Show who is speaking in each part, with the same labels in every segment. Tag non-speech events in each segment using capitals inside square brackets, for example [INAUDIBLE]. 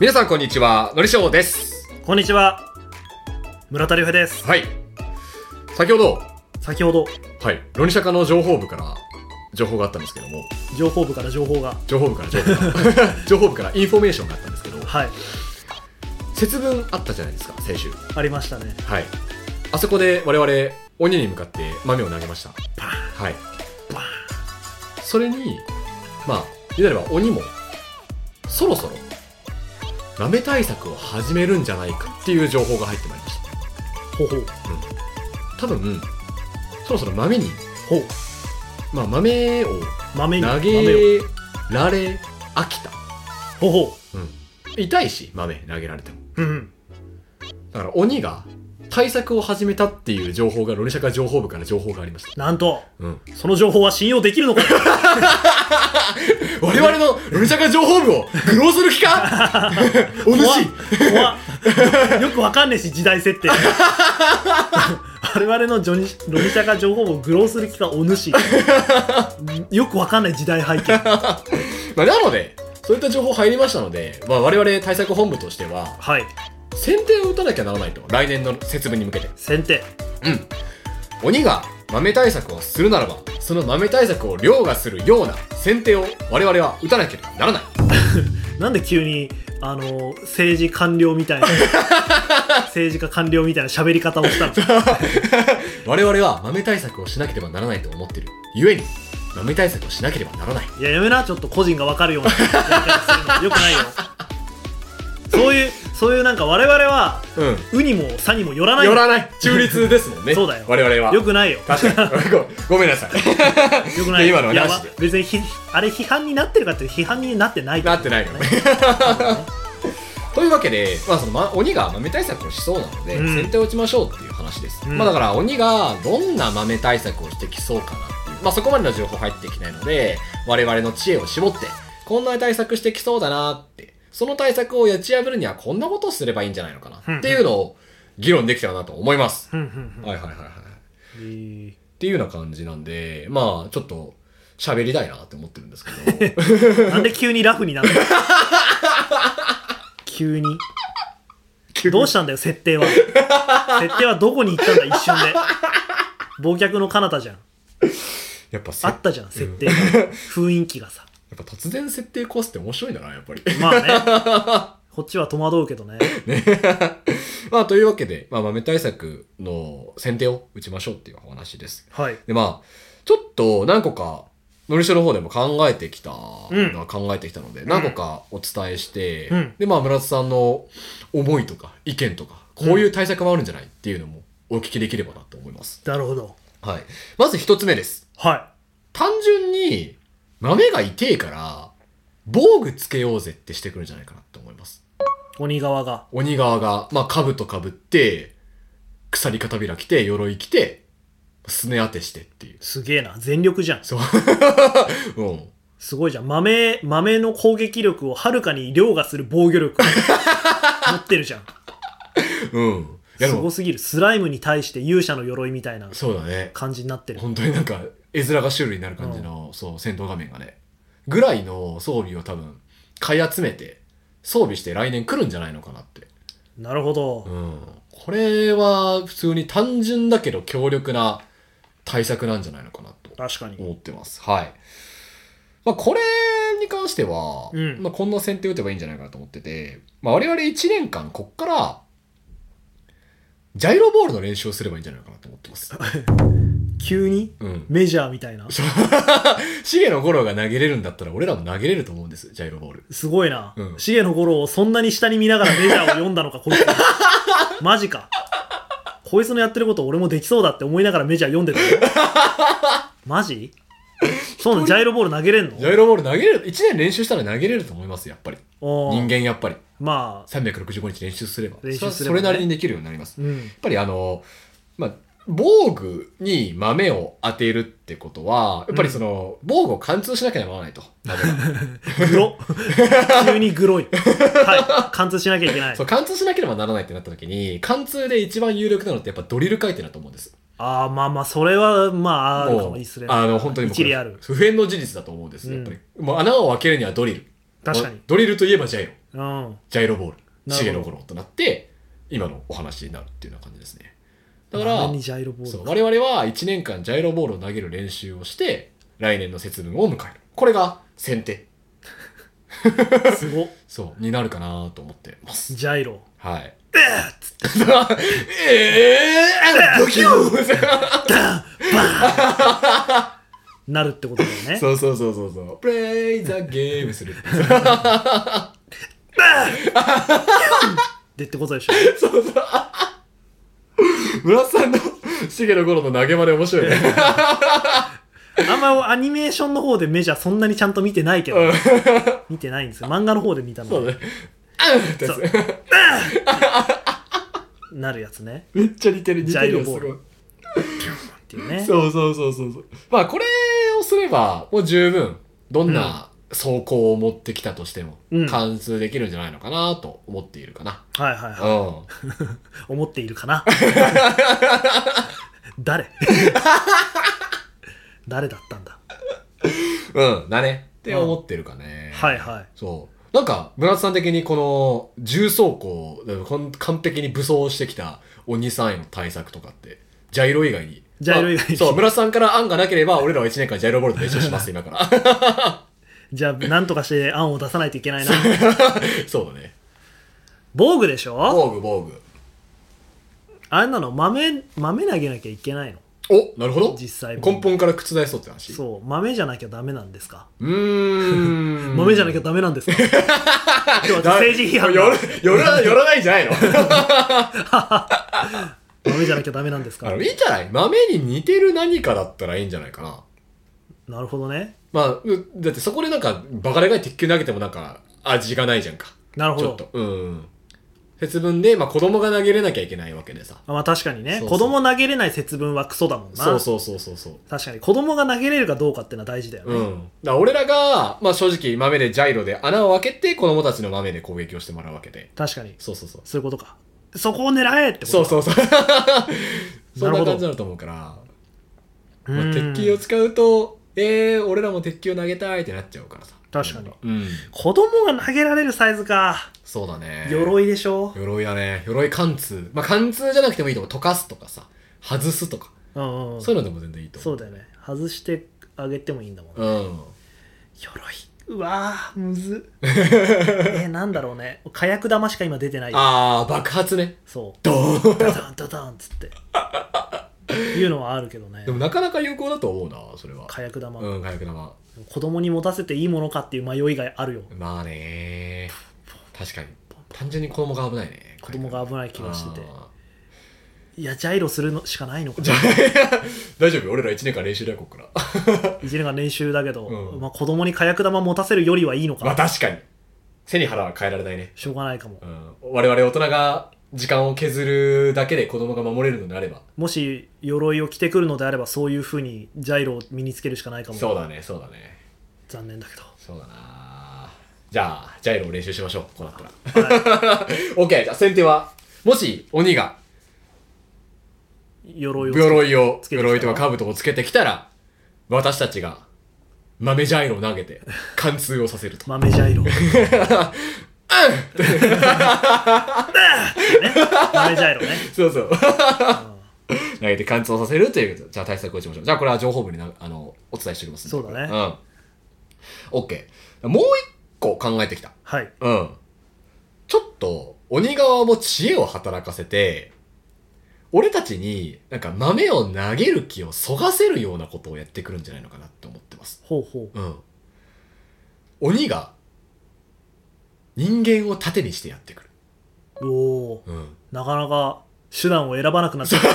Speaker 1: 皆さんこんにちはのりしょうです
Speaker 2: こんにちは村田亮平です
Speaker 1: はい先ほど
Speaker 2: 先ほど
Speaker 1: はいロニシャカの情報部から情報があったんですけども
Speaker 2: 情報部から情報が
Speaker 1: 情報部から情報が情報部からイ [LAUGHS] ンフォメーションがあったんですけど
Speaker 2: はい
Speaker 1: 節分あったじゃないですか先週
Speaker 2: ありましたね
Speaker 1: はいあそこで我々鬼に向かって豆を投げました
Speaker 2: パー
Speaker 1: はい
Speaker 2: バーン
Speaker 1: それにまあ言うなれば鬼もそろそろ豆対策を始めるんじゃないかっていう情報が入ってまいりました
Speaker 2: ほほ
Speaker 1: 多分そろそろ豆に、
Speaker 2: ほ
Speaker 1: まあ、豆を
Speaker 2: 豆に
Speaker 1: 投
Speaker 2: 豆を
Speaker 1: げられ飽きた、
Speaker 2: ほほ
Speaker 1: 痛いし豆投げられても
Speaker 2: うんうん
Speaker 1: だから鬼が対策を始めたっていう情報がロニシャカ情報部から情報がありました、
Speaker 2: なんと
Speaker 1: うん、
Speaker 2: その情報は信用できるのか
Speaker 1: 我々のロニシャカ情報部を愚弄する気か [LAUGHS] [LAUGHS] お主
Speaker 2: 怖っ怖っよくわかんねえし時代
Speaker 1: [LAUGHS]
Speaker 2: 設定我々のジョニロニシャカ情報を愚弄する気かお主よくわかんない時代背景
Speaker 1: まあ、なのでそういった情報入りましたので、まあ、我々対策本部としては
Speaker 2: はい
Speaker 1: 先手を打たなきゃならないと来年の節分に向けて
Speaker 2: 先手
Speaker 1: うん鬼が豆対策をするならばその豆対策を凌駕するような先手を我々は打たなければならない
Speaker 2: なんで急にあの政治官僚みた
Speaker 1: [LAUGHS]
Speaker 2: いな政治家官僚みたいな喋り方をしたの
Speaker 1: 我々は豆対策をしなければならないと思ってるゆえに豆対策をしなければならない
Speaker 2: いややめなちょっと個人が分かるようなやり方するのよくないよそういうそういうなんか我々は
Speaker 1: う
Speaker 2: うにもさにもよらない
Speaker 1: 寄らない中立ですもんね
Speaker 2: [LAUGHS] そうだよ
Speaker 1: 我々は
Speaker 2: よくないよ
Speaker 1: 確かにごごめんなさい
Speaker 2: よくないよ
Speaker 1: 今のはい
Speaker 2: や
Speaker 1: なしで
Speaker 2: ま別にひあれ批判になってるかっていう批判になってない
Speaker 1: なってないよね [LAUGHS] というわけで、まあそのま、鬼が豆対策をしそうなので、
Speaker 2: うん
Speaker 1: 先手を打ちましょうっていう話です、
Speaker 2: うん
Speaker 1: まあ、だから鬼がどんな豆対策をしてきそうかなっていう、まあ、そこまでの情報入ってきないので我々の知恵を絞ってこんな対策してきそうだなってその対策を打ち破るにはこんなことをすればいいんじゃないのか
Speaker 2: うん
Speaker 1: なっていうのを議論できたらなと思います、
Speaker 2: うんうん
Speaker 1: はいはいはいはいっ
Speaker 2: うんいい
Speaker 1: ていうような感じなんでまあちょっと喋りたいなって思ってるんですけ
Speaker 2: [LAUGHS]
Speaker 1: ど
Speaker 2: なんで急にラフに
Speaker 1: [LAUGHS]
Speaker 2: なるの急にどうしたんだよ設定は設定はどこに行ったんだ一瞬で忘却の彼方じゃん
Speaker 1: やっぱせ
Speaker 2: あ
Speaker 1: やっ
Speaker 2: ったじゃん設
Speaker 1: [LAUGHS]
Speaker 2: 定が雰囲気がさ
Speaker 1: ぱ突然設定コースって面白いんだなやっぱり [LAUGHS]
Speaker 2: まあねこっちは戸惑うけどね
Speaker 1: まあ、というわけで、まあ、豆対策の先手を打ちましょうっていうお話です。
Speaker 2: はい
Speaker 1: で、まあ、ちょっと何個か、のりしろの方でも考えてきたのは考えてきたので、何個かお伝えして、
Speaker 2: うん
Speaker 1: で、まあ、村田さんの思いとか意見とか、こういう対策もあるんじゃないっていうのもお聞きできればなと思います。
Speaker 2: なるほど
Speaker 1: はい。まず一つ目です。
Speaker 2: は
Speaker 1: 単純に、豆が痛えから、防具つけようぜってしてくるんじゃないかなと思います。
Speaker 2: い鬼側が
Speaker 1: 鬼側が、まあ、兜かぶって、鎖片びら着て、鎧着て、すね当てしてっていう。
Speaker 2: すげえな全力じゃん
Speaker 1: そう。うん。
Speaker 2: すごいじゃん豆豆の攻撃力をはるかに凌駕する防御力を持ってるじゃん
Speaker 1: うん。いやです
Speaker 2: ご
Speaker 1: も、
Speaker 2: すぎるスライムに対して勇者の鎧みたいな
Speaker 1: そうだね。
Speaker 2: 感じになってる
Speaker 1: 本当になんか、絵面がシュールになる感じの、そう、戦闘画面がね。ぐらいの装備を多分、買い集めて、装備して来年来るんじゃないのかなって。
Speaker 2: なるほど、
Speaker 1: うん。これは、普通に単純だけど強力な対策なんじゃないのかなと。
Speaker 2: 確かに
Speaker 1: 思ってます。はい。まあ、これに関しては、
Speaker 2: うん
Speaker 1: まあ、こんな先手打てばいいんじゃないかなと思ってて、まあ、我々1年間、こっから、ジャイロボールの練習をすればいいんじゃないかなと思って
Speaker 2: [LAUGHS]
Speaker 1: ます。
Speaker 2: 急に
Speaker 1: うん。
Speaker 2: メジャーみたいな
Speaker 1: シゲのゴロが投げれるんだったら、俺らも投げれると思うんです、ジャイロボール。
Speaker 2: すごいな
Speaker 1: うん
Speaker 2: 重野五郎をそんなに下に見ながらメジャーを読んだのかこいつ [LAUGHS] マジかこいつのやってること俺もできそうだって思いながらメジャー読んで
Speaker 1: [LAUGHS]
Speaker 2: たよマジそうなのジャイロボール投げれんの
Speaker 1: ジャイロボール投げれる、1年練習したら投げれると思います、やっぱり。
Speaker 2: おー
Speaker 1: 人間やっぱり。
Speaker 2: まあ
Speaker 1: 365日練習すれば。
Speaker 2: 練習すればね
Speaker 1: それはそれなりにできるようになります。
Speaker 2: うん
Speaker 1: やっぱりあの、まあ、防具に豆を当てるってことは、やっぱりその、防具を貫通しなければならないと。豆が
Speaker 2: グロ [LAUGHS] 急にグロいはい貫通しなきゃいけない
Speaker 1: そう、貫通しなければならないってなった時に、貫通で一番有力なのってやっぱドリル回転だと思うんです。
Speaker 2: ああまあまあそれはまああるか
Speaker 1: も
Speaker 2: も
Speaker 1: う
Speaker 2: いいすれ
Speaker 1: あの、本当にもうこ
Speaker 2: 一
Speaker 1: れ
Speaker 2: 理ある
Speaker 1: 不変の事実だと思うんです、やっぱり。もう穴を開けるにはドリル。
Speaker 2: 確かに
Speaker 1: ドリルといえばジャイロ。
Speaker 2: うん。
Speaker 1: ジャイロボール、
Speaker 2: なるほど
Speaker 1: シゲロゴロとなって、今のお話になるっていうような感じですね。だか
Speaker 2: 画
Speaker 1: ら
Speaker 2: 面、にジャイロボール。
Speaker 1: そう我々は1年間ジャイロボールを投げる練習をして、来年の節分を迎える。これが先手。
Speaker 2: すごっ。
Speaker 1: そう、になるかなと思ってます。
Speaker 2: ジャイロ。
Speaker 1: はい。 [LAUGHS] えー、ドキュー [LAUGHS]
Speaker 2: なるってことだよね。
Speaker 1: そうそうそうそうそう。プレイザゲームする。
Speaker 2: でってことでしょ。
Speaker 1: 村さんのシゲロゴロの投げまで面白いね。
Speaker 2: あんまアニメーションの方でメジャーそんなにちゃんと見てないけど
Speaker 1: うん、
Speaker 2: 見てないんですよ。漫画の方で見
Speaker 1: [LAUGHS]
Speaker 2: た
Speaker 1: そ
Speaker 2: の
Speaker 1: う
Speaker 2: で
Speaker 1: だね。あーってやつ
Speaker 2: そうなるやつね。
Speaker 1: めっちゃ似てる、似てるよ。
Speaker 2: ジャイロボール
Speaker 1: すごい
Speaker 2: っていうね。
Speaker 1: そうそうそうそうそう。まあこれをすればもう十分どんな走行を持ってきたとしても
Speaker 2: うん
Speaker 1: 貫通できるんじゃないのかなと思っているかな。
Speaker 2: はいはいはい。
Speaker 1: う
Speaker 2: 思っている
Speaker 1: [LAUGHS]
Speaker 2: かな。誰誰だったんだ。
Speaker 1: ん。うん。だね。って思ってるかね。
Speaker 2: はいはい。
Speaker 1: そう。なんか村田さん的にこの重走行こん完璧に武装してきた鬼さんへの対策とかってジャイロ以外に。
Speaker 2: ジャイロ以外に
Speaker 1: まあそう、村田さんから案がなければ、俺らは1年間ジャイロボールと練習します、今から。
Speaker 2: じゃあ、なんとかして案を出さないといけないな。
Speaker 1: [LAUGHS] そうだね。
Speaker 2: 防具でしょ
Speaker 1: 防具、防具。
Speaker 2: あれなの豆、豆投げなきゃいけないの
Speaker 1: おなるほど。
Speaker 2: 実際
Speaker 1: 根本から覆そうって話。
Speaker 2: そう、豆じゃなきゃダメなんですか
Speaker 1: うーん。
Speaker 2: 豆じゃなきゃダメなんです
Speaker 1: [LAUGHS]
Speaker 2: か今日は政治批判
Speaker 1: よ
Speaker 2: が
Speaker 1: ら、よら、よらないんじゃないの
Speaker 2: 豆じゃなきゃダメなんです
Speaker 1: あ
Speaker 2: か
Speaker 1: の、いいんじゃない豆に似てる何かだったらいいんじゃないかな。
Speaker 2: なるほどね。
Speaker 1: まあ、うだってそこでなんか、バカでかい鉄球投げてもなんか、味がないじゃんか。
Speaker 2: なるほ
Speaker 1: ちょっ
Speaker 2: ど。
Speaker 1: と。うん。節分で、まあ子供が投げれなきゃいけないわけでさ。
Speaker 2: あまあ確かにね
Speaker 1: そうそう
Speaker 2: 子供投げれない節分はクソだもんな。
Speaker 1: そうそうそうそうそう。
Speaker 2: 確かに子供が投げれるかどうかっていうのは大事だよね。
Speaker 1: うん。だから俺らが、まあ正直豆でジャイロで穴を開けて子供たちの豆で攻撃をしてもらうわけで。
Speaker 2: 確かに。
Speaker 1: そうそうそう。
Speaker 2: そういうことか。そこを狙えってこと
Speaker 1: そうそうそう。 [LAUGHS] そん
Speaker 2: なる
Speaker 1: な
Speaker 2: ほど
Speaker 1: 感じになると思うから。
Speaker 2: う
Speaker 1: ま
Speaker 2: ん
Speaker 1: あ、鉄球を使うと、えー、俺らも鉄球投げたいってなっちゃうからさ。
Speaker 2: 確かに。
Speaker 1: うん。
Speaker 2: 子供が投げられるサイズか。
Speaker 1: そうだね。。
Speaker 2: 鎧でしょ。
Speaker 1: 鎧だね。鎧貫通。まあ、貫通じゃなくてもいいと思う。溶かすとかさ、外すとか。
Speaker 2: うんうんうん。
Speaker 1: そういうのでも全然いいと思。
Speaker 2: そううだよね。外してあげてもいいんだもん。
Speaker 1: うん。
Speaker 2: 鎧。うわー、む
Speaker 1: [LAUGHS]
Speaker 2: ずっ。えー、なんだろうね。火薬玉しか今出てない。
Speaker 1: あー、爆発ね。
Speaker 2: そう。
Speaker 1: ドーン
Speaker 2: ダダンダダンっつって。いうのはあるけどね
Speaker 1: で。もなかなか有効だと思うな、それは。
Speaker 2: 火薬玉。
Speaker 1: うん、火薬玉。
Speaker 2: 子供に持たせていいものかっていう迷いがあるよ。
Speaker 1: まあね確かに。単純に子供が危ないね。
Speaker 2: 子供が危ない気がしてて。
Speaker 1: あ
Speaker 2: いや、ジャイロするのしかないのか
Speaker 1: ー。じゃ
Speaker 2: な。
Speaker 1: あ [LAUGHS] 大丈夫俺ら1年間練習だよ、こっから。
Speaker 2: いじるが練習だけど、
Speaker 1: うん
Speaker 2: まあ、子供に火薬玉持たせるよりはいいのか
Speaker 1: まあ
Speaker 2: な。
Speaker 1: 確かに。背に腹は変えられないね。
Speaker 2: しょうがないかも
Speaker 1: う。ん。我々大人が時間を削るだけで子供が守れるのであれば。
Speaker 2: もし、鎧を着てくるのであれば、そういうふうにジャイロを身につけるしかないかも。
Speaker 1: そうだね、そうだね。
Speaker 2: 残念だけど。
Speaker 1: そうだなじゃあ、ジャイロを練習しましょう。こうなったら。
Speaker 2: は
Speaker 1: [LAUGHS] OK、じゃあ先手は、もし鬼が
Speaker 2: い、鎧を着て
Speaker 1: 鎧を
Speaker 2: つ、けてきたら
Speaker 1: 鎧とか兜をつけてきたら、私たちが豆ジャイロを投げて貫通をさせると。
Speaker 2: 豆ジャイ
Speaker 1: [LAUGHS]
Speaker 2: ロ。[LAUGHS] うんね豆ジャイロね。
Speaker 1: そうそう。 [LAUGHS] 投げて貫通をさせるという、じゃあ対策をしましょう。じゃあこれは情報部になあのお伝えしておきますんで
Speaker 2: そうだね
Speaker 1: うん。OK。もう一個考えてきた。
Speaker 2: はい。
Speaker 1: うん。ちょっと、鬼側も知恵を働かせて、俺たちになんか豆を投げる気をそがせるようなことをやってくるんじゃないのかなって思ってます。
Speaker 2: ほうほう。
Speaker 1: うん。鬼が人間を盾にしてやってくる。
Speaker 2: おお
Speaker 1: うん。
Speaker 2: ーなかなか手段を選ばなくなっちゃった。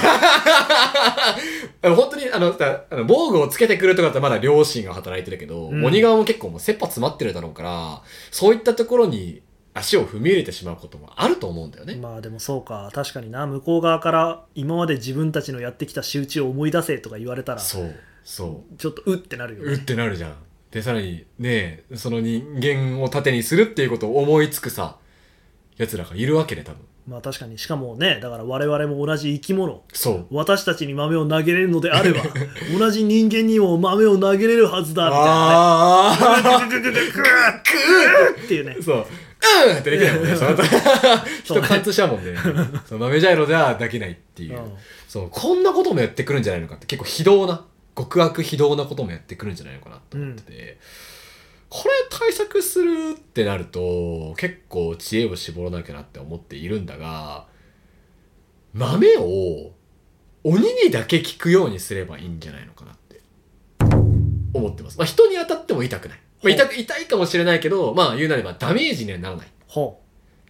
Speaker 1: あの本当に、あの、だあの防具をつけてくるとかだってまだ両親が働いてるけど、
Speaker 2: うん
Speaker 1: 鬼側も結構もう切羽詰まってるだろうから、そういったところに足を踏み入れてしまうこともあると思うんだよね。
Speaker 2: まあでもそうか確かにな向こう側から今まで自分たちのやってきた仕打ちを思い出せとか言われたらち
Speaker 1: そう、そう。
Speaker 2: ょっとうってなるよ
Speaker 1: うっ
Speaker 2: ね
Speaker 1: てなるじゃん。で、さらに、ねえ、その人間を盾にするっていうことを思いつくさ、奴らがいるわけで、多分。
Speaker 2: まあ確かにしかもねだから我々も同じ生き物
Speaker 1: そう。
Speaker 2: 私たちに豆を投げれるのであれば同じ人間にも豆を投げれるはずだみたいなね
Speaker 1: あ
Speaker 2: グググググググーっていうね
Speaker 1: [LAUGHS] あそう。うんってできないもんね。 [LAUGHS] その後人貫通しちゃうもんね。その豆茶色ではできないっていうう。
Speaker 2: ん
Speaker 1: そう、こんなこともやってくるんじゃないのかって、結構非道な、極悪非道なこともやってくるんじゃないのかなと思ってて、これ対策するってなると、結構知恵を絞らなきゃなって思っているんだが、豆を鬼にだけ効くようにすればいいんじゃないのかなって思ってます。まあ人に当たっても痛くない。まあ、痛く痛いかもしれないけど、まあ言うなればダメージにはならない。
Speaker 2: ほ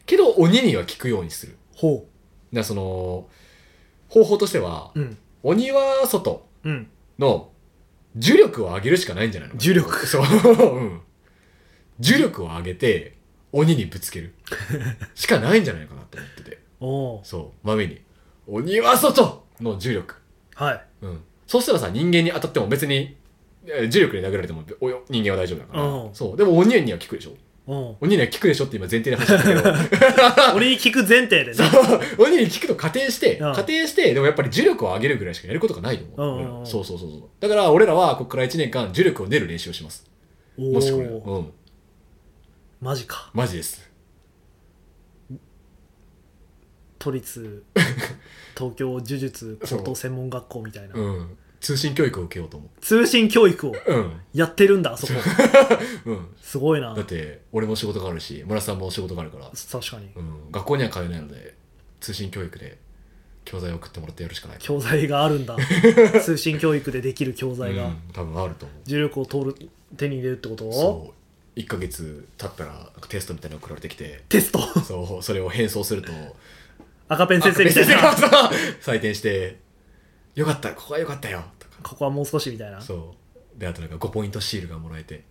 Speaker 1: けど鬼には効くようにする。だか
Speaker 2: うほ
Speaker 1: らその、方法としては、
Speaker 2: ううん
Speaker 1: 鬼は外
Speaker 2: うん
Speaker 1: の重力を上げるしかないんじゃないの
Speaker 2: 重力
Speaker 1: [LAUGHS] そう、うん。重力を上げて、鬼にぶつ
Speaker 2: [LAUGHS]
Speaker 1: ける。しかないんじゃないかなと思ってて。
Speaker 2: おう
Speaker 1: そう、豆に。鬼は外の重力。
Speaker 2: はい
Speaker 1: うん。そうしたらさ、人間に当たっても別に、えー重力で殴られてもおよ人間は大丈夫だから。
Speaker 2: うん
Speaker 1: そう。でも鬼には効くでしょ
Speaker 2: おう
Speaker 1: 鬼には効くでしょって今前提で話してたけど。
Speaker 2: [LAUGHS] 俺に聞く前提でね
Speaker 1: そう鬼に聞くと仮定して、
Speaker 2: うん
Speaker 1: 仮定して、でもやっぱり重力を上げるぐらいしかやることがないと思う。
Speaker 2: うんうんうん
Speaker 1: そうそうそうそう。だから俺らはここから1年間重力を出る練習をします。
Speaker 2: お
Speaker 1: もしこれが。
Speaker 2: お
Speaker 1: うん。
Speaker 2: マジか
Speaker 1: マジです。[LAUGHS]
Speaker 2: 都立東京呪術高等専門学校みたいな、
Speaker 1: うん。通信教育を受けようと思
Speaker 2: 通信教育を
Speaker 1: う。うん。
Speaker 2: やってるんだあそこ
Speaker 1: うん。
Speaker 2: すごいな
Speaker 1: だって、俺も仕事があるし、村さんも仕事があるから、
Speaker 2: 確かに
Speaker 1: うん。学校には通えないので、通信教育で教材を送ってもらってやるしかない。
Speaker 2: 教材があるん
Speaker 1: [LAUGHS]
Speaker 2: だ通信教育でできる教材が、
Speaker 1: うん、多分あると思う。
Speaker 2: 重力を通る手に入れるってこと
Speaker 1: そう。1ヶ月経ったら、なんかテストみたいなの送られてきて、[LAUGHS]
Speaker 2: テスト
Speaker 1: そう、それを変装すると、
Speaker 2: 赤ペン先生みたい
Speaker 1: が
Speaker 2: な
Speaker 1: さ採点して「よかったここはよかったよ」とか
Speaker 2: ここはもう少しみたいな
Speaker 1: そうであとなんか5ポイントシールがもらえて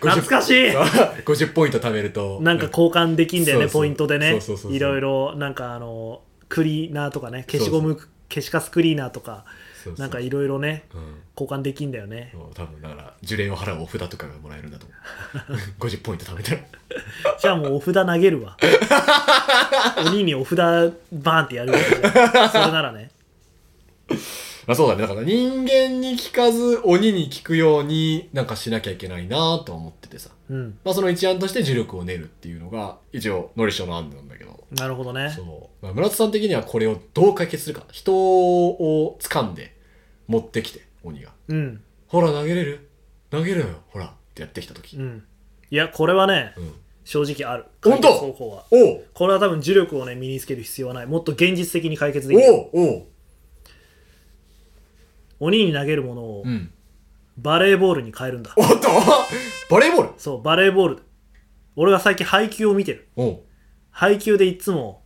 Speaker 2: 懐かしい
Speaker 1: そう50ポイント貯めると
Speaker 2: なんか交換できんだよね
Speaker 1: そうそう
Speaker 2: ポイント
Speaker 1: そう
Speaker 2: でね
Speaker 1: そうそうそう
Speaker 2: いろいろなんかあのクリーナーとかね消しゴム消しカスクリーナーとか
Speaker 1: そうそう
Speaker 2: なんかいろいろね
Speaker 1: うん
Speaker 2: 交換できんだよね
Speaker 1: そう多分だから呪霊を払うお札とかがもらえるんだと思う [LAUGHS] 50ポイント貯めたら
Speaker 2: じゃあもうお札投げ
Speaker 1: [LAUGHS]
Speaker 2: るわ鬼にお札バーンってやるわじゃあそれならね
Speaker 1: あそうだねだから人間に聞かず鬼に聞くようになんかしなきゃいけないなとは思っててさ
Speaker 2: うん
Speaker 1: まあその一案として重力を練るっていうのが一応のりしおの案なんだけど
Speaker 2: なるほどね
Speaker 1: そう、まあ、村田さん的にはこれをどう解決するか人を掴んで持ってきて鬼が
Speaker 2: うん
Speaker 1: 「ほら投げれる投げろよほら」ってやってきた時、
Speaker 2: うんいやこれはね
Speaker 1: うん
Speaker 2: 正直ある
Speaker 1: 本当
Speaker 2: 解決方法は
Speaker 1: おう
Speaker 2: これは多分呪力をね身につける必要はないもっと現実的に解決できる
Speaker 1: おうおう
Speaker 2: 鬼に投げるものを
Speaker 1: うん
Speaker 2: バレーボールに変えるんだ
Speaker 1: おっと [LAUGHS] バレーボール
Speaker 2: そうバレーボール俺が最近配球を見てる
Speaker 1: おう
Speaker 2: 配球でいつも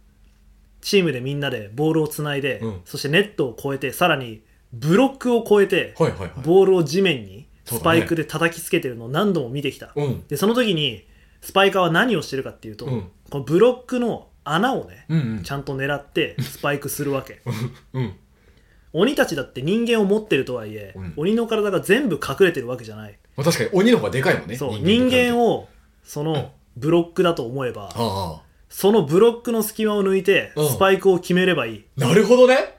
Speaker 2: チームでみんなでボールをつないで、
Speaker 1: うん
Speaker 2: そしてネットを越えてさらにブロックを越えて、
Speaker 1: はいはいはい
Speaker 2: ボールを地面に
Speaker 1: そう
Speaker 2: ス
Speaker 1: だ
Speaker 2: パ
Speaker 1: ね
Speaker 2: イクで叩きつけてるのを何度も見てきた、
Speaker 1: うん
Speaker 2: でその時にスパイカーは何をしてるかっていうと、
Speaker 1: うん
Speaker 2: このブロックの穴をね、
Speaker 1: うんうん
Speaker 2: ちゃんと狙ってスパイクするわけ
Speaker 1: うん
Speaker 2: 鬼たちだって人間を持ってるとはいえ、
Speaker 1: うん
Speaker 2: 鬼の体が全部隠れてるわけじゃない
Speaker 1: まあ、確かに鬼の方がでかいもんね
Speaker 2: そう人間
Speaker 1: を
Speaker 2: をそのブロックだと思えば、
Speaker 1: ああ
Speaker 2: そのブロックの隙間を抜いて
Speaker 1: うん
Speaker 2: スパイクを決めればいい、
Speaker 1: なるほどね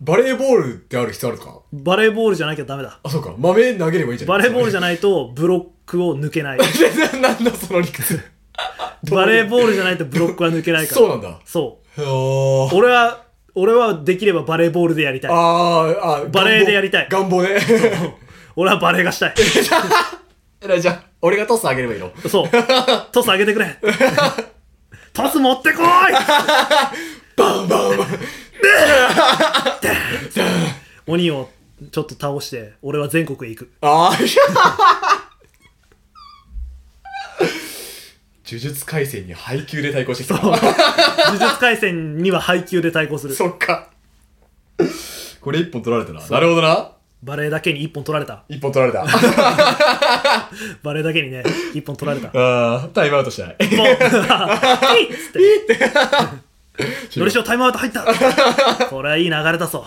Speaker 1: バレーボールってある必要あるか
Speaker 2: バレーボールじゃなきゃダメだ
Speaker 1: あそうか豆投げればいいじゃん
Speaker 2: バレーボールじ
Speaker 1: ゃ
Speaker 2: ゃないとブロックを抜
Speaker 1: [LAUGHS]
Speaker 2: けない
Speaker 1: んなんだその理屈
Speaker 2: バレーボールじゃないとブロックは抜けないから
Speaker 1: そうなんだ
Speaker 2: そ
Speaker 1: お
Speaker 2: う俺は俺はできればバレーボールでやりたい
Speaker 1: あーあー、
Speaker 2: バレーでやりたい
Speaker 1: 願望願望ね。
Speaker 2: 俺はバレーがしたい
Speaker 1: えらいじゃあ、俺がトスあげればいいの
Speaker 2: そうトス上げてく
Speaker 1: [LAUGHS]
Speaker 2: れトス持ってこい
Speaker 1: バンバン
Speaker 2: [LAUGHS]
Speaker 1: バン。
Speaker 2: 鬼をちょっと倒して俺は全国へ行く
Speaker 1: ああ、いや。 [LAUGHS] 呪術廻戦に配給で対抗してきた。
Speaker 2: 呪術廻戦には配球で対抗す
Speaker 1: [LAUGHS]
Speaker 2: る
Speaker 1: そっか。これ一本取られたな。なるほどな。
Speaker 2: バレーだけに一本取られた
Speaker 1: 一本取られ
Speaker 2: [LAUGHS]
Speaker 1: た。あ
Speaker 2: バレーだけに
Speaker 1: [LAUGHS]
Speaker 2: ね一本取られたも
Speaker 1: あ、タイムアウトしたい。 [LAUGHS]
Speaker 2: う [LAUGHS] ピッつってのりしおタイムアウト入ったこれはいい流れだぞ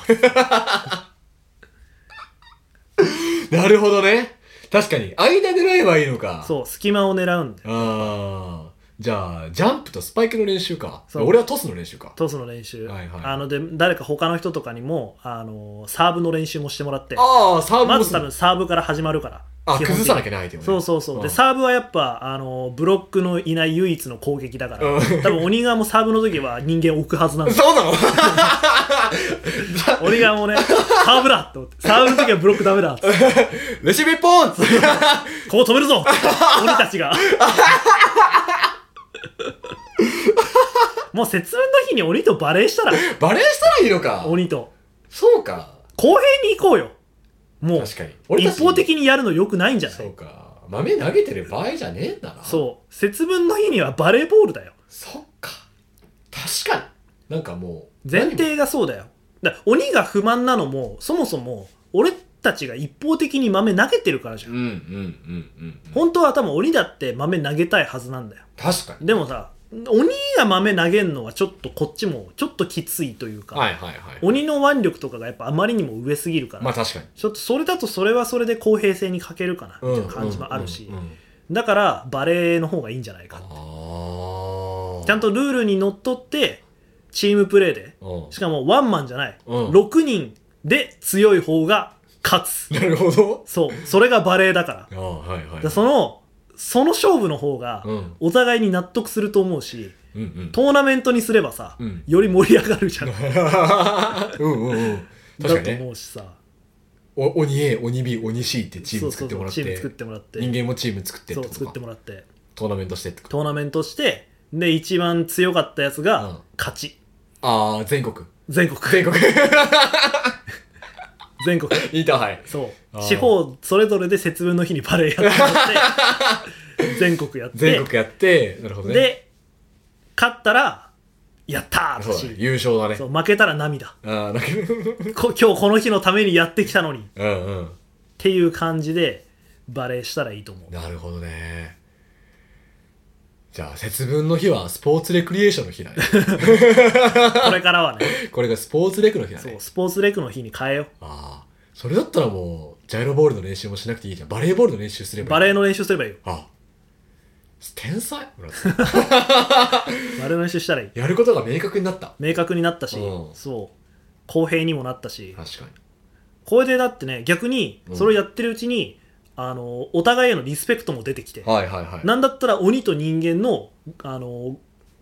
Speaker 1: なるほどね。確かに、間狙えばいいのか。
Speaker 2: そう隙間を狙うんだよ
Speaker 1: ああ。じゃあ、ジャンプとスパイクの練習か。
Speaker 2: そう
Speaker 1: 俺はトスの練習か。
Speaker 2: トスの練習、
Speaker 1: はいはい
Speaker 2: あので誰か他の人とかにもあのサーブの練習もしてもらって
Speaker 1: ああ、サーブ
Speaker 2: ま
Speaker 1: も
Speaker 2: ず多分サーブから始まるから
Speaker 1: あ、
Speaker 2: 基本的に
Speaker 1: 崩さなきゃない相手をね。
Speaker 2: そうそうそう、で
Speaker 1: ん
Speaker 2: サーブはやっぱあのブロックのいない唯一の攻撃だから、
Speaker 1: うん
Speaker 2: 多分鬼側もサーブの時は人間置くはずな
Speaker 1: [LAUGHS]
Speaker 2: んだ [LAUGHS]
Speaker 1: そうなの
Speaker 2: 鬼側もねサーブだと思ってサーブの時はブロックダメだって
Speaker 1: レシピポンツ
Speaker 2: こう止めるぞって鬼たちがもう節分の日に鬼とバレーしたら
Speaker 1: [LAUGHS] バレーしたらいいのか。
Speaker 2: 鬼と
Speaker 1: そうか。
Speaker 2: 公平に行こうよもう
Speaker 1: 確かに。
Speaker 2: 一方
Speaker 1: に。
Speaker 2: 的にやるのよくないんじゃない
Speaker 1: そうか。豆投げてる場合じゃねえんだな。う。
Speaker 2: そう節分の日にはバレーボールだよ
Speaker 1: そっか。確かに。なんかもう。
Speaker 2: 前提がそうだよだから鬼が不満なのもそもそも俺たちが一方的に豆投げてるからじゃ
Speaker 1: 何
Speaker 2: ん、
Speaker 1: も。うんうんうんうん。
Speaker 2: 本当は多分鬼だって豆投げたいはずなんだよ
Speaker 1: 確かに。
Speaker 2: でもさ鬼が豆投げるのはちょっとこっちもちょっときついというか、
Speaker 1: はいはいはい。
Speaker 2: 鬼の腕力とかがやっぱあまりにも上すぎるから、
Speaker 1: まあ確かに。
Speaker 2: ちょっとそれだとそれはそれで公平性に欠けるかなみたいな感じもあるし、だからバレーの方がいいんじゃない
Speaker 1: あ
Speaker 2: か
Speaker 1: あ。
Speaker 2: ちゃんとルールにのっとってチームプレーで
Speaker 1: と
Speaker 2: しかもワンマンじゃない、
Speaker 1: うん
Speaker 2: 6人で強い方が勝つ
Speaker 1: なるほど。
Speaker 2: そうそれがバレーだからだか
Speaker 1: ああ、はいはい。
Speaker 2: らそのその勝負の方が
Speaker 1: うん
Speaker 2: お互いに納得すると思うし
Speaker 1: うんうん。
Speaker 2: トーナメントにすればさ、
Speaker 1: うん [LAUGHS]
Speaker 2: より盛り上がるじゃん
Speaker 1: うんうんうん。 [LAUGHS] 確か
Speaker 2: だ
Speaker 1: に
Speaker 2: と
Speaker 1: ね。
Speaker 2: 思うしさ
Speaker 1: お鬼 A、鬼 B、鬼 C ってチー
Speaker 2: そう
Speaker 1: ム作
Speaker 2: そう
Speaker 1: っても
Speaker 2: そう
Speaker 1: らっ
Speaker 2: チ
Speaker 1: て。
Speaker 2: ーム作ってもらって
Speaker 1: 人間もチーム作ってっ
Speaker 2: そ
Speaker 1: てこ
Speaker 2: う
Speaker 1: と
Speaker 2: 作って
Speaker 1: か。
Speaker 2: もらって
Speaker 1: トーナメントしてってこと。
Speaker 2: トーナメントしてで一番強かったやつ
Speaker 1: う
Speaker 2: が
Speaker 1: ん
Speaker 2: 勝ち、
Speaker 1: ああ、全国。
Speaker 2: 全国
Speaker 1: 全国。
Speaker 2: [LAUGHS] 全国
Speaker 1: インターハイ。
Speaker 2: そ
Speaker 1: あ
Speaker 2: う
Speaker 1: ー
Speaker 2: 地方それぞれで節分の日にバレーやってもらって
Speaker 1: [LAUGHS]
Speaker 2: 全国やって
Speaker 1: 全国やって、なるほどね。
Speaker 2: で勝ったらやったー
Speaker 1: そう
Speaker 2: だ
Speaker 1: だ
Speaker 2: し
Speaker 1: ね優勝だね。
Speaker 2: そう負けたら涙
Speaker 1: ああ、なんか [LAUGHS]
Speaker 2: こ [LAUGHS] 今日この日のためにやってきたのにっ
Speaker 1: うんうん。
Speaker 2: ていう感じでバレーしたらいいと
Speaker 1: [LAUGHS]
Speaker 2: 思う
Speaker 1: なるほどね。じゃあ、節分の日はスポーツレクリエーションの日だね。
Speaker 2: [LAUGHS] これからはね
Speaker 1: これがスポーツレクの日だ
Speaker 2: そ
Speaker 1: ね
Speaker 2: う。スポーツレクの日に変えよ
Speaker 1: ああ。それだったらもう、ジャイロボールの練習もしなくていいじゃん。バレーボールの練習すれ
Speaker 2: う
Speaker 1: ばいい。
Speaker 2: バレーの練習すればいいよ
Speaker 1: ああ。天才村田さん
Speaker 2: バレーの練習したらいい
Speaker 1: やることが明確になった。
Speaker 2: 明確になったし、
Speaker 1: うん
Speaker 2: そう公平にもなったし
Speaker 1: 確かに。
Speaker 2: これでだってね逆に
Speaker 1: うん
Speaker 2: それをやってるうちに、あのお互いへのリスペクトも出てきて
Speaker 1: はいはいはい。
Speaker 2: なんだったら鬼と人間のあの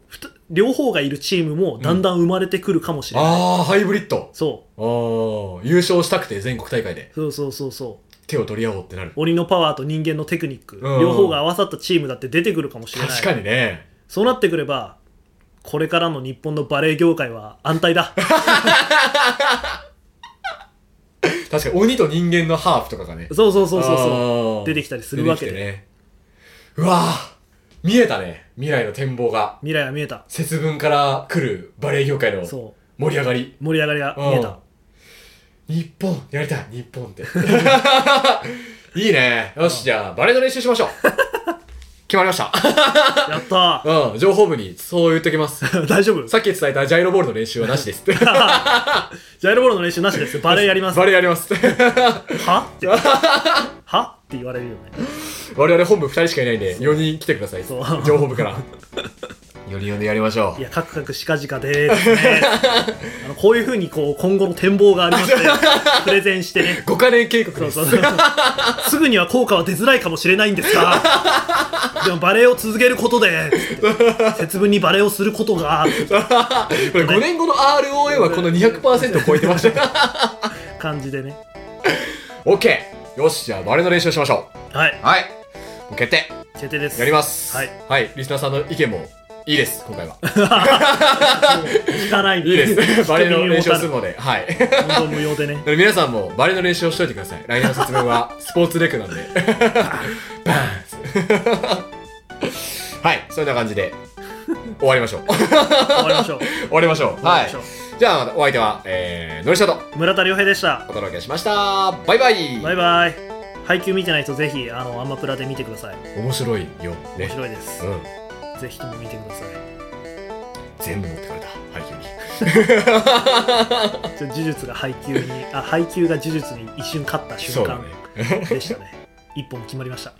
Speaker 2: ふた両方がいるチームもだんだん生まれてくるかもしれない、
Speaker 1: ああ、ハイブリッド。
Speaker 2: そ
Speaker 1: ああ、優勝したくて全国大会で
Speaker 2: うそうそうそうそう
Speaker 1: 手を取り合おうってなる。
Speaker 2: 鬼のパワーと人間のテクニック、
Speaker 1: うん
Speaker 2: 両方が合わさったチームだって出てくるかもしれない
Speaker 1: 確かにね。
Speaker 2: そうなってくればこれからの日本のバレエ業界は安泰だ
Speaker 1: 確かに鬼と人間のハーフとかがね。
Speaker 2: そうそうそうそう
Speaker 1: あ
Speaker 2: そ
Speaker 1: ー
Speaker 2: う出てきたりするわけで、
Speaker 1: 出てきてね。うわあ見えたね。未来の展望が。
Speaker 2: 未来が見えた
Speaker 1: 節分から来るバレエ業界の盛
Speaker 2: そ
Speaker 1: り上がり。
Speaker 2: う盛り上がりが見え
Speaker 1: うん
Speaker 2: た
Speaker 1: 日本やりたい日本って
Speaker 2: [LAUGHS]
Speaker 1: いいねよしじゃあバレエの練習し
Speaker 2: [LAUGHS]
Speaker 1: ましょう決まりました
Speaker 2: やった
Speaker 1: うん情報部にそう言っときます
Speaker 2: ー [LAUGHS] 大丈夫
Speaker 1: さっき伝えたジャイロボールの練習はなしですって
Speaker 2: ジャイロボールの練習なしですよバレエやります
Speaker 1: バレエやります [LAUGHS]
Speaker 2: はってはって言われるよね
Speaker 1: 我々本部2人しかいないんで4人来てください
Speaker 2: そう
Speaker 1: 情報部から4人呼んでやりましょ
Speaker 2: いうや、カクカクしかじかでー
Speaker 1: [LAUGHS]
Speaker 2: すね。あのこういうふうにこう今後の展望がありまして、プレゼンしてね。
Speaker 1: 5カ年計画
Speaker 2: そ
Speaker 1: で
Speaker 2: う
Speaker 1: す
Speaker 2: そう
Speaker 1: [LAUGHS]
Speaker 2: そうすぐには効果は出づらいかもしれないんですが、でもバレエを続けることで、節分にバレエをすることが、
Speaker 1: これ5年後の ROA はこの200%を超えてました
Speaker 2: 感じでね。
Speaker 1: [LAUGHS] OK よしじゃあバレエの練習をしましょ
Speaker 2: はい、
Speaker 1: うはいもう決定
Speaker 2: 決定です。
Speaker 1: やります
Speaker 2: はい、
Speaker 1: リスナーさんの意見もいいです今回
Speaker 2: [LAUGHS]
Speaker 1: は
Speaker 2: 聞かない
Speaker 1: いいです。バレエの練習をする
Speaker 2: も
Speaker 1: ので。はい。
Speaker 2: 本当無用でね。
Speaker 1: 皆さんもバレエの練習をしといてください。来年の節分
Speaker 2: [LAUGHS]
Speaker 1: はスポーツレクなんで。バーンはい。そんな感じで終わりましょう。
Speaker 2: 終わりましょう。
Speaker 1: 終わりましょう。
Speaker 2: 終わ
Speaker 1: [LAUGHS] は
Speaker 2: りましょう
Speaker 1: い。じゃあ、お相手は、えー、のりしと
Speaker 2: 村田亮平でした。
Speaker 1: お届けしました。バイバイ。
Speaker 2: バイバイ。配給見てない人ぜひあのアマプラで見てください。
Speaker 1: 面白いよ。ね
Speaker 2: 面。白いです。
Speaker 1: うん。
Speaker 2: ぜひとも見てください。
Speaker 1: 全部持ってかれた。配給に。
Speaker 2: ちょ呪術が配球にあ配球が呪術に一瞬勝った瞬
Speaker 1: そうだ
Speaker 2: 間
Speaker 1: ね。
Speaker 2: でしたね一本決まりました